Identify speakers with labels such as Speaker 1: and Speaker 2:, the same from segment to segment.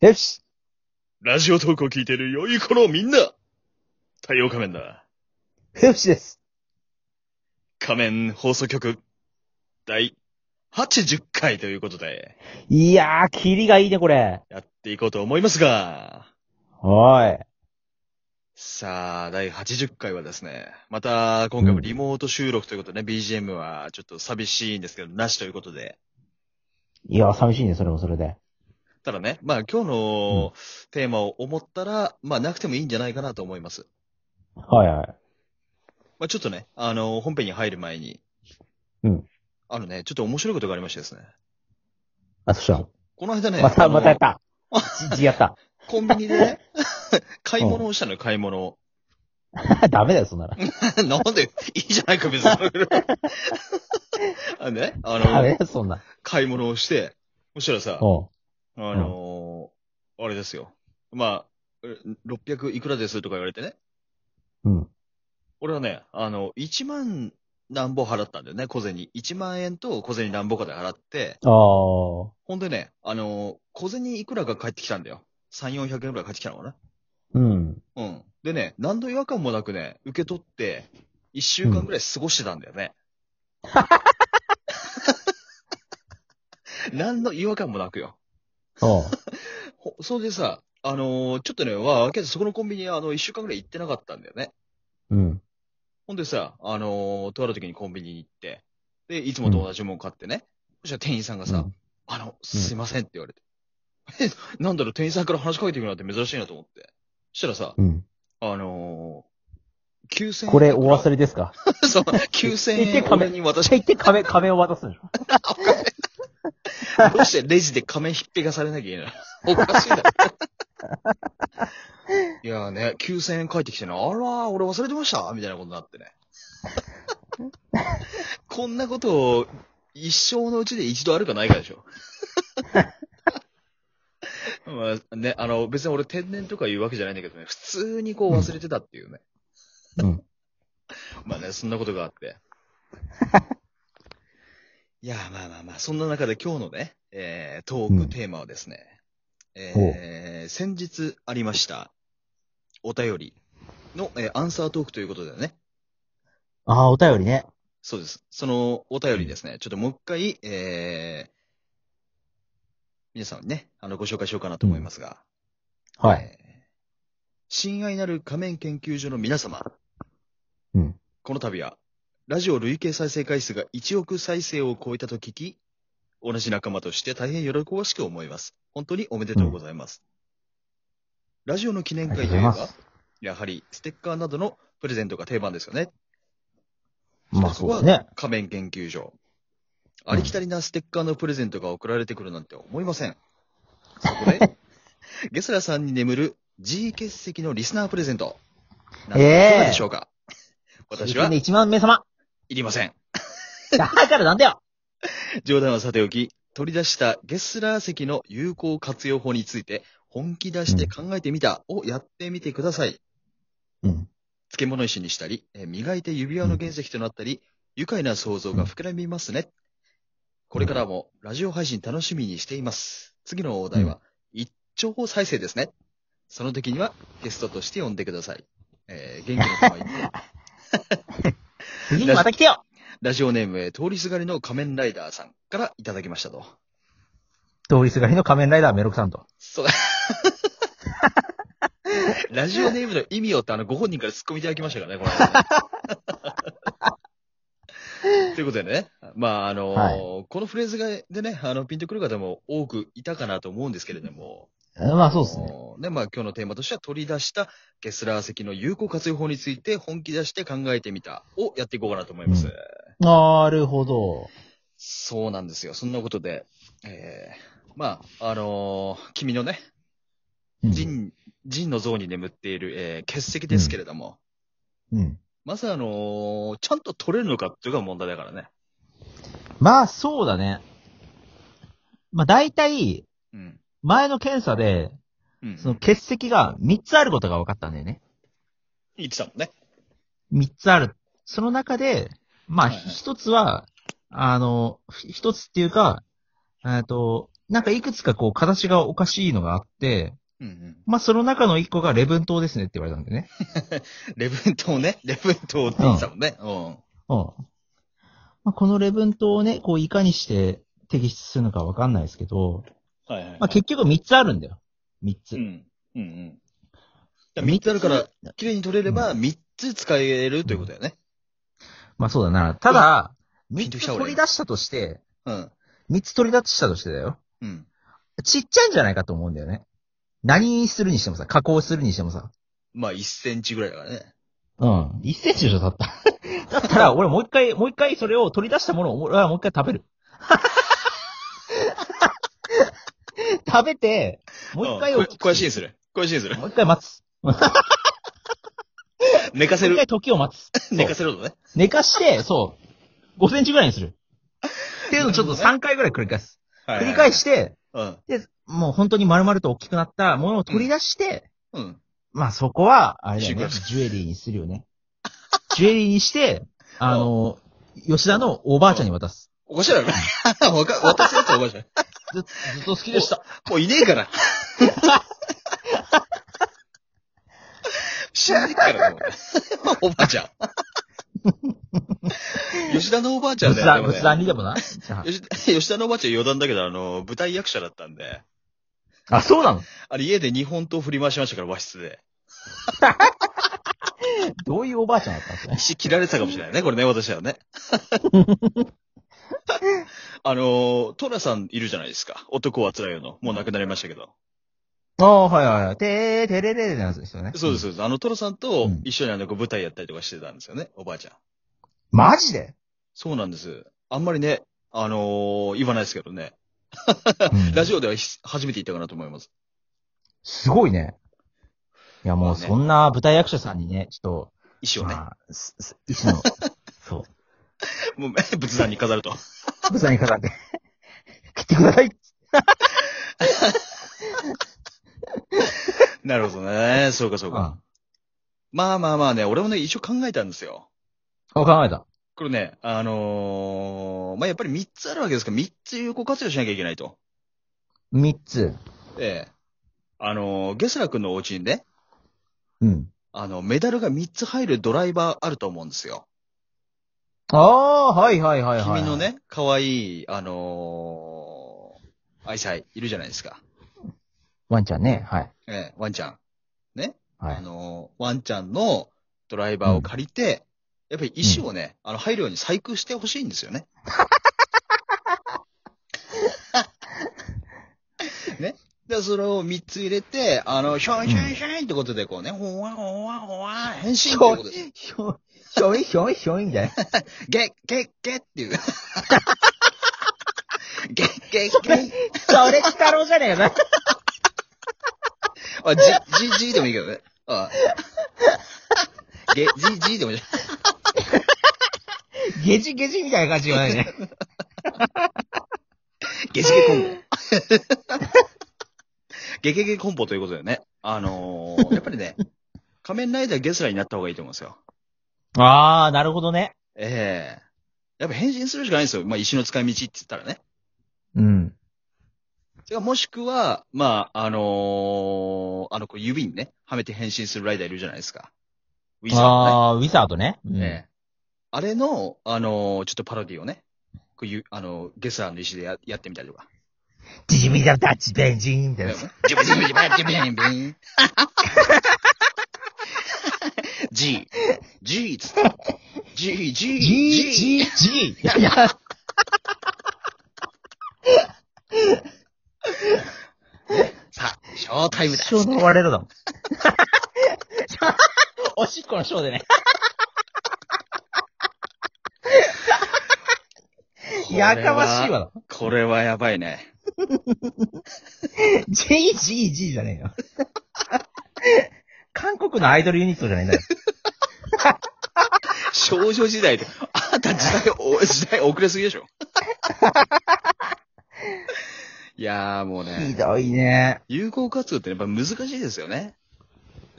Speaker 1: よし
Speaker 2: ラジオトークを聞いている良い子のみんな太陽仮面だ。
Speaker 1: よしです
Speaker 2: 仮面放送局第80回ということで、
Speaker 1: いやー、キリがいいね、これ。
Speaker 2: やっていこうと思いますが、
Speaker 1: おい。
Speaker 2: さあ、第80回はですね、また今回もリモート収録ということでね、BGM はちょっと寂しいんですけど、なしということで、
Speaker 1: いやー、寂しいね、それもそれで。
Speaker 2: ただね、まあ今日のテーマを思ったら、まあなくてもいいんじゃないかなと思います。
Speaker 1: はいはい。
Speaker 2: まあちょっとね、あの、本編に入る前に、
Speaker 1: うん。
Speaker 2: あのね、ちょっと面白いことがありましてですね、
Speaker 1: あ、そしたら
Speaker 2: この間ね、
Speaker 1: ま
Speaker 2: あ
Speaker 1: た、
Speaker 2: の
Speaker 1: またやった。じ、じやった。
Speaker 2: コンビニでね、 買い物をしたのよ、買い物を。
Speaker 1: ダメだよ、そんなの。
Speaker 2: なんで、いいじゃないか、別に。 あのね、あ
Speaker 1: ダメだ
Speaker 2: の、
Speaker 1: よ、そんな。
Speaker 2: 買い物をして、そしたらさ、
Speaker 1: おう
Speaker 2: あのーあれですよ。まあ、え600いくらですとか言われてね。
Speaker 1: うん。
Speaker 2: 俺はね、あの、1万何ぼ払ったんだよね、小銭。1万円と小銭何ぼかで払って、
Speaker 1: あー。
Speaker 2: ほんでね、あのー小銭いくらが返ってきたんだよ。3、400円くらい返ってきたのかな。
Speaker 1: うん。
Speaker 2: うん。でね、何の違和感もなくね、受け取って、一週間ぐらい過ごしてたんだよね。 何の違和感もなくよ。
Speaker 1: おう
Speaker 2: ほそれでさ、あのーちょっとね、わあ、けどそこのコンビニ、あの、一週間ぐらい行ってなかったんだよね。
Speaker 1: うん。
Speaker 2: ほんでさ、あのーとある時にコンビニに行って、で、いつもと同じもん買ってね。そしたら店員さんがさ、
Speaker 1: うん
Speaker 2: あの、すいませんって言われて。え、なんだろう、店員さんから話しかけてくるなんて珍しいなと思って。そしたらさ、
Speaker 1: うん。
Speaker 2: あのー、9000円。
Speaker 1: これ、お忘
Speaker 2: れ。
Speaker 1: れですか
Speaker 2: そう、9000
Speaker 1: 言って
Speaker 2: 円。
Speaker 1: 仮面
Speaker 2: 俺に私
Speaker 1: 行って仮面、仮面を渡すんでしょ
Speaker 2: どうしてレジで仮面ひっぺがされなきゃいけないのおかしいな。いやーね、9000円返ってきてね、あらー、俺忘れてましたみたいなことになってね。こんなことを一生のうちで一度あるかないかでしょ。 まあね、あの、別に俺天然とか言うわけじゃないんだけどね、普通にこう忘れてたっていうね。
Speaker 1: うん。
Speaker 2: まあね、そんなことがあって。いや、まあまあまあ、そんな中で今日のね、えー、トークテーマはですね、えー、先日ありました、お便りの、えーアンサートークということでね、
Speaker 1: あー、お便りね。
Speaker 2: そうです。そのお便りですね、ちょっともう一回、えー、皆さんにね、あの、ご紹介しようかなと思いますが、
Speaker 1: はい。
Speaker 2: えー親愛なる仮面研究所の皆様。
Speaker 1: うん
Speaker 2: この度は、ラジオ累計再生回数が1億再生を超えたと聞き、同じ仲間として大変喜ばしく思います。本当におめでとうございます。ラジオの記念
Speaker 1: ありが
Speaker 2: 会
Speaker 1: とうござ
Speaker 2: といえ
Speaker 1: いま
Speaker 2: ば
Speaker 1: す、。
Speaker 2: やはりステッカーなどのプレゼントが定番ですよね。
Speaker 1: まあ、そうだね。
Speaker 2: 仮面研究所。
Speaker 1: ん
Speaker 2: ありきたりなステッカーのプレゼントが送られてくるなんて思いません。そこで、ゲスラさんに眠る G 欠席のリスナープレゼント。なんていかがでしょうか、私は
Speaker 1: ね、、1万名様。
Speaker 2: いりません。
Speaker 1: だからなんだよ
Speaker 2: 冗談はさておき、取り出したゲスラー席の有効活用法について、本気出して考えてみたをやってみてください。
Speaker 1: うん。
Speaker 2: 漬物石にしたり、えー磨いて指輪の原石となったり、愉快な想像が膨らみますね。これからもラジオ配信楽しみにしています。次のお題は、一兆再生ですね。その時にはゲストとして呼んでください。えー元気の可愛い
Speaker 1: 次にまた来てよ
Speaker 2: ラジオネーム、えー通りすがりの仮面ライダーさんからいただきましたと。
Speaker 1: 通りすがりの仮面ライダーメロクさんと。
Speaker 2: そう。ラジオネームの意味をってあのご本人から突っ込みいただきましたからね、こ れ。ということでね、まああのー
Speaker 1: はい
Speaker 2: このフレーズがでね、あの、ピンとくる方も多くいたかなと思うんですけれども、
Speaker 1: まあそう
Speaker 2: で
Speaker 1: っすね。
Speaker 2: まあ今日のテーマとしては取り出したゲスラー席の有効活用法について本気出して考えてみたをやっていこうかなと思います。
Speaker 1: うんなるほど。
Speaker 2: そうなんですよ。そんなことで、えー、まあ、あのー君のね、
Speaker 1: うん
Speaker 2: 人、人の像に眠っている、えー、欠席ですけれども、
Speaker 1: うん。
Speaker 2: まずあのーちゃんと取れるのかっていうのが問題だからね。
Speaker 1: まあそうだね。まあ大体、
Speaker 2: うん。
Speaker 1: 前の検査で、
Speaker 2: うん。
Speaker 1: その欠席が3つあることが分かったんだよね。
Speaker 2: 言ってたもんね。
Speaker 1: 3つある。その中で、まあ
Speaker 2: はいはい
Speaker 1: 1つは、あの、1つっていうか、えっと、なんかいくつかこう形がおかしいのがあって、
Speaker 2: うんうん。
Speaker 1: まあその中の一個がレブン島ですねって言われたんでね。
Speaker 2: レブン 島ね。レブン島って言ってたもんね。う
Speaker 1: うん。まあ、このレブン島をね、こういかにして摘出するのかわかんないですけど、
Speaker 2: ん。はいはいはい。
Speaker 1: まあ結局3つあるんだよ。3つ。
Speaker 2: うん。うんうん。だから3つあるから、綺麗に取れれば3つ使えるということだよね。
Speaker 1: まあそうだな。ただ、
Speaker 2: ピ
Speaker 1: 3
Speaker 2: ンと
Speaker 1: つ
Speaker 2: きた俺
Speaker 1: 取り出したとして、
Speaker 2: うん。
Speaker 1: 3つ取り出したとしてだよ。
Speaker 2: うん。
Speaker 1: ちっちゃいんじゃないかと思うんだよね。何するにしてもさ、加工するにしてもさ。
Speaker 2: まあ1センチぐらいだからね。
Speaker 1: うん。1センチでしょ、だった。だったら、俺もう一回、もう一回それを取り出したものを、俺はもう一回食べる。食べて、もう一回
Speaker 2: ん
Speaker 1: を
Speaker 2: こ小屋シーンする。小屋シーンする。
Speaker 1: もう一回待つ。
Speaker 2: 寝かせ
Speaker 1: もう一
Speaker 2: る。
Speaker 1: 回時を待つ。そう
Speaker 2: 寝かせるのね。
Speaker 1: 寝かして、そう。5センチぐらいにする。っていうのをちょっと3回ぐらい繰り返す。
Speaker 2: はいはい
Speaker 1: 繰り返して、
Speaker 2: うん。
Speaker 1: で、もう本当に丸々と大きくなったものを取り出して、
Speaker 2: うん。
Speaker 1: まあそこは、あれだよね、
Speaker 2: シュ
Speaker 1: ジュエリーにするよね。ジュエリーに して、あの、吉田のおばあちゃんに渡す。
Speaker 2: おかしいだろ。 わか、渡すやつはおかしい。
Speaker 1: ずずっと好き
Speaker 2: でした。もういね えから。知らねえから、もうおばあちゃん。吉田のおばあちゃん
Speaker 1: 仏
Speaker 2: だよ
Speaker 1: 壇、
Speaker 2: ねでもね
Speaker 1: 仏壇にでもな。じゃ
Speaker 2: 吉田吉田のおばあちゃん余談だけど、あの、舞台役者だったんで、
Speaker 1: あ、あそうなの
Speaker 2: あれ家で日本刀振り回しましたから、和室で。
Speaker 1: どういうおばあちゃんだったん ですかね。
Speaker 2: 石切られてたかもしれないね、これね、私は ね。あの、トラさんいるじゃないですか。男は辛いよの。もう亡くなりましたけど。
Speaker 1: ああ、はいはいはい。てー、てれれれなんですよね。
Speaker 2: そうです、そうです。あの、トラさんと
Speaker 1: うん
Speaker 2: 一緒にあの、こう舞台やったりとかしてたんですよね、おばあちゃん。
Speaker 1: マジで、
Speaker 2: そうなんです。あんまりね、あのー言わないですけどね。
Speaker 1: うん
Speaker 2: ラジオではひ初めて言ったかなと思います。
Speaker 1: すごいね。いや、もう
Speaker 2: まあね
Speaker 1: そんな舞台役者さんにね、ちょ
Speaker 2: 石
Speaker 1: っと、
Speaker 2: をね、
Speaker 1: まあ、すす一種の、そう、
Speaker 2: もう 仏壇に飾 ると。
Speaker 1: 舞台にかかって、 切ってください。
Speaker 2: なるほどね。そうか、そう
Speaker 1: うん。あ
Speaker 2: か。、まあまあまあね、俺もね、一応考えたんですよ。
Speaker 1: 考えた。
Speaker 2: これね、あのーまあやっぱり3つあるわけですから、3つ有効活用しなきゃいけないと。
Speaker 1: 三つ。
Speaker 2: ええあのーゲスラ君のお家にね、
Speaker 1: うん。
Speaker 2: あの、メダルが3つ入るドライバーあると思うんですよ。
Speaker 1: ああ、はいはいはいはい。
Speaker 2: 君の。ね、可愛い、あのー愛妻いるじゃないですか。
Speaker 1: ワンちゃんね、はい。
Speaker 2: ええ、ワンちゃん。
Speaker 1: は
Speaker 2: あ
Speaker 1: い。
Speaker 2: の、ワンちゃんのドライバーを借りて、やっぱり石をね、あの、入るように細工してほしいんですよ ね。ね。で、それを3つ入れて、あの、ショインショインショインってことで、こうね、ほわほわほわ、変身ってことです。
Speaker 1: ひょ、ひょいひょいひょいみたいな。
Speaker 2: ゲッゲッゲッって いう。ゲッゲッゲッ。
Speaker 1: それ、鬼太郎じゃね えかな。
Speaker 2: あ、じ、じ、じでもいいけどね。 あゲ、じ、じでもいい。
Speaker 1: ゲジゲジみたいな感じじゃないね。
Speaker 2: ゲジゲコンボ。 ゲゲゲコンボということだよね。あの ー、やっぱりね、仮面ライダーゲスラーになった方がいいと思うんですよ。
Speaker 1: ああ、なるほどね。
Speaker 2: ええやっぱ変身するしかないんですよ。まあ、石の使い道って言ったらね。
Speaker 1: うん。
Speaker 2: それかもしくは、まあ、あのー、あの、こう指にね、はめて変身するライダーいるじゃないですか。ウィザードね。
Speaker 1: ああー、ウィザードね。うん
Speaker 2: ええあれの、あのーちょっとパロディをね、こういう、あのーゲスラーの石でややってみたりとか。
Speaker 1: ジジミダダッチベンジンみたいな。
Speaker 2: ジブジブジブジブジブン。G。G つって。G、G、
Speaker 1: G、
Speaker 2: G。
Speaker 1: G、G! い や、
Speaker 2: さあ、ショータイムだ。
Speaker 1: ショーの終われるだもん。 おしっこのショーでね。やかましいわ。
Speaker 2: これはやばいね。
Speaker 1: G、G、G じゃねえよ。 韓国のアイドルユニットじゃないんだよ。
Speaker 2: 少女時代で、あんた時代、お時代遅れすぎでしょ。いやーもう
Speaker 1: ひ
Speaker 2: ね、
Speaker 1: どいね。
Speaker 2: 有効活用ってやっぱ難しいですよね。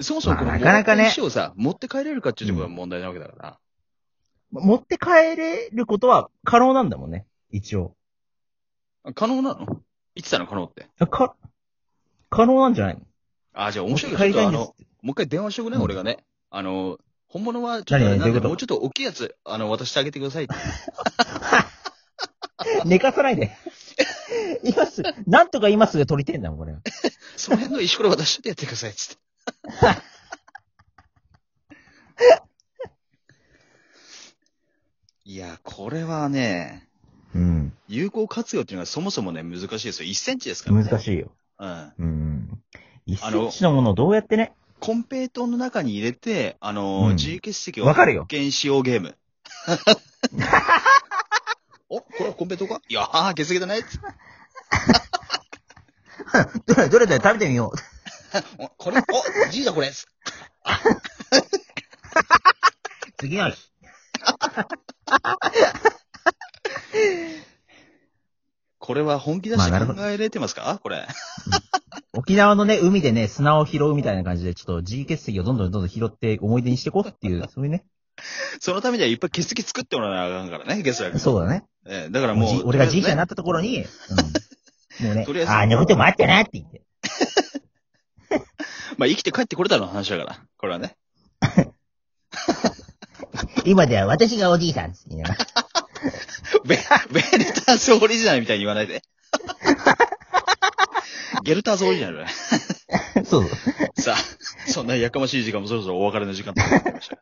Speaker 2: そもそもこの
Speaker 1: まあなかなかね
Speaker 2: 石をさ、持って帰れるかっていうところが問題なわけだから。
Speaker 1: 持って帰れることは可能なんだもんね。一応。
Speaker 2: 可能なの言ってたの、可能って。
Speaker 1: あか、可能なんじゃない
Speaker 2: あ、じゃあ面白いよ。ちょっ
Speaker 1: 海
Speaker 2: と
Speaker 1: 外
Speaker 2: あ
Speaker 1: に
Speaker 2: の、もう一回電話しとくね、
Speaker 1: うん
Speaker 2: 俺がね。あの、本物はちょっとあれ
Speaker 1: 何
Speaker 2: なん
Speaker 1: どうい
Speaker 2: で、
Speaker 1: うこと
Speaker 2: もうちょっと大きいやつ、あの、渡してあげてくだ さいって。
Speaker 1: 寝かさない で。今す、なんとか今すぐ撮りてえんだもん、これは。
Speaker 2: その辺の石ころ渡してやってくださいっつって。 いや、これはね、
Speaker 1: うん。
Speaker 2: 有効活用っていうのはそもそもね、難しいですよ。1センチですから、ね。
Speaker 1: 難しいよ。
Speaker 2: い。うん。
Speaker 1: うん。一
Speaker 2: あ
Speaker 1: セ
Speaker 2: の
Speaker 1: ンチのものをどうやってね。
Speaker 2: コンペイトーの中に入れて、あのー
Speaker 1: うん
Speaker 2: 自由欠席を
Speaker 1: わかるよ
Speaker 2: 発見しようゲ ーム。おこれはコンペイトーかいやー、欠席だね。つって
Speaker 1: どれ、 どれだよ、食べてみよう。
Speaker 2: おこれ、おじいだこれ。つって
Speaker 1: 次の日。
Speaker 2: これは本気出し
Speaker 1: まあな
Speaker 2: て
Speaker 1: るほど
Speaker 2: 考えれてますか、これ。
Speaker 1: 沖縄のね、海でね、砂を拾うみたいな感じで、ちょっと自由欠席をどんどんどんどん拾って思い出にしていこうっていう、そういうね。
Speaker 2: そのためにはいっぱい欠席作ってもらわなあかんからね、ゲストやから。
Speaker 1: そうだね。
Speaker 2: ええだから
Speaker 1: もう
Speaker 2: も
Speaker 1: じ
Speaker 2: う。
Speaker 1: 俺がじいちゃんにな
Speaker 2: な。
Speaker 1: ったところに、うん、も うね
Speaker 2: とりあえ、ず
Speaker 1: ああ、寝てもあったなって言って。
Speaker 2: まあ生きて帰ってこれたの話だから。これはね。
Speaker 1: 今では私がおじいさんっつって言いながら
Speaker 2: ベ、 ベルターズオリジナルみたいに言わな いで。ゲルターズオリジナルだね。
Speaker 1: そうそう。
Speaker 2: さあ、そんなやかましい時間もそろそろお別れの時間となってきました。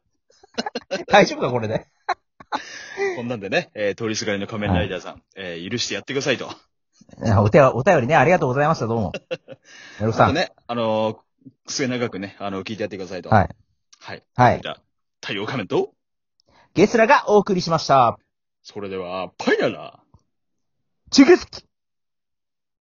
Speaker 1: 大丈夫か、これで。
Speaker 2: こんなんでね、えー通りすがりの仮面ライダーさん、えー許してやってくださいと。
Speaker 1: お手は、お便りね、ありがとうございました、 どうも。メロ
Speaker 2: あ
Speaker 1: さ
Speaker 2: と
Speaker 1: ん。
Speaker 2: ね、あのー末永くね、あの聞いてやってくださいと。
Speaker 1: はい。
Speaker 2: はい。
Speaker 1: はい
Speaker 2: じ。ゃあ、太陽仮面と、
Speaker 1: ゲスラがお送りしました。
Speaker 2: それでは、パイナラー
Speaker 1: チュゲスキ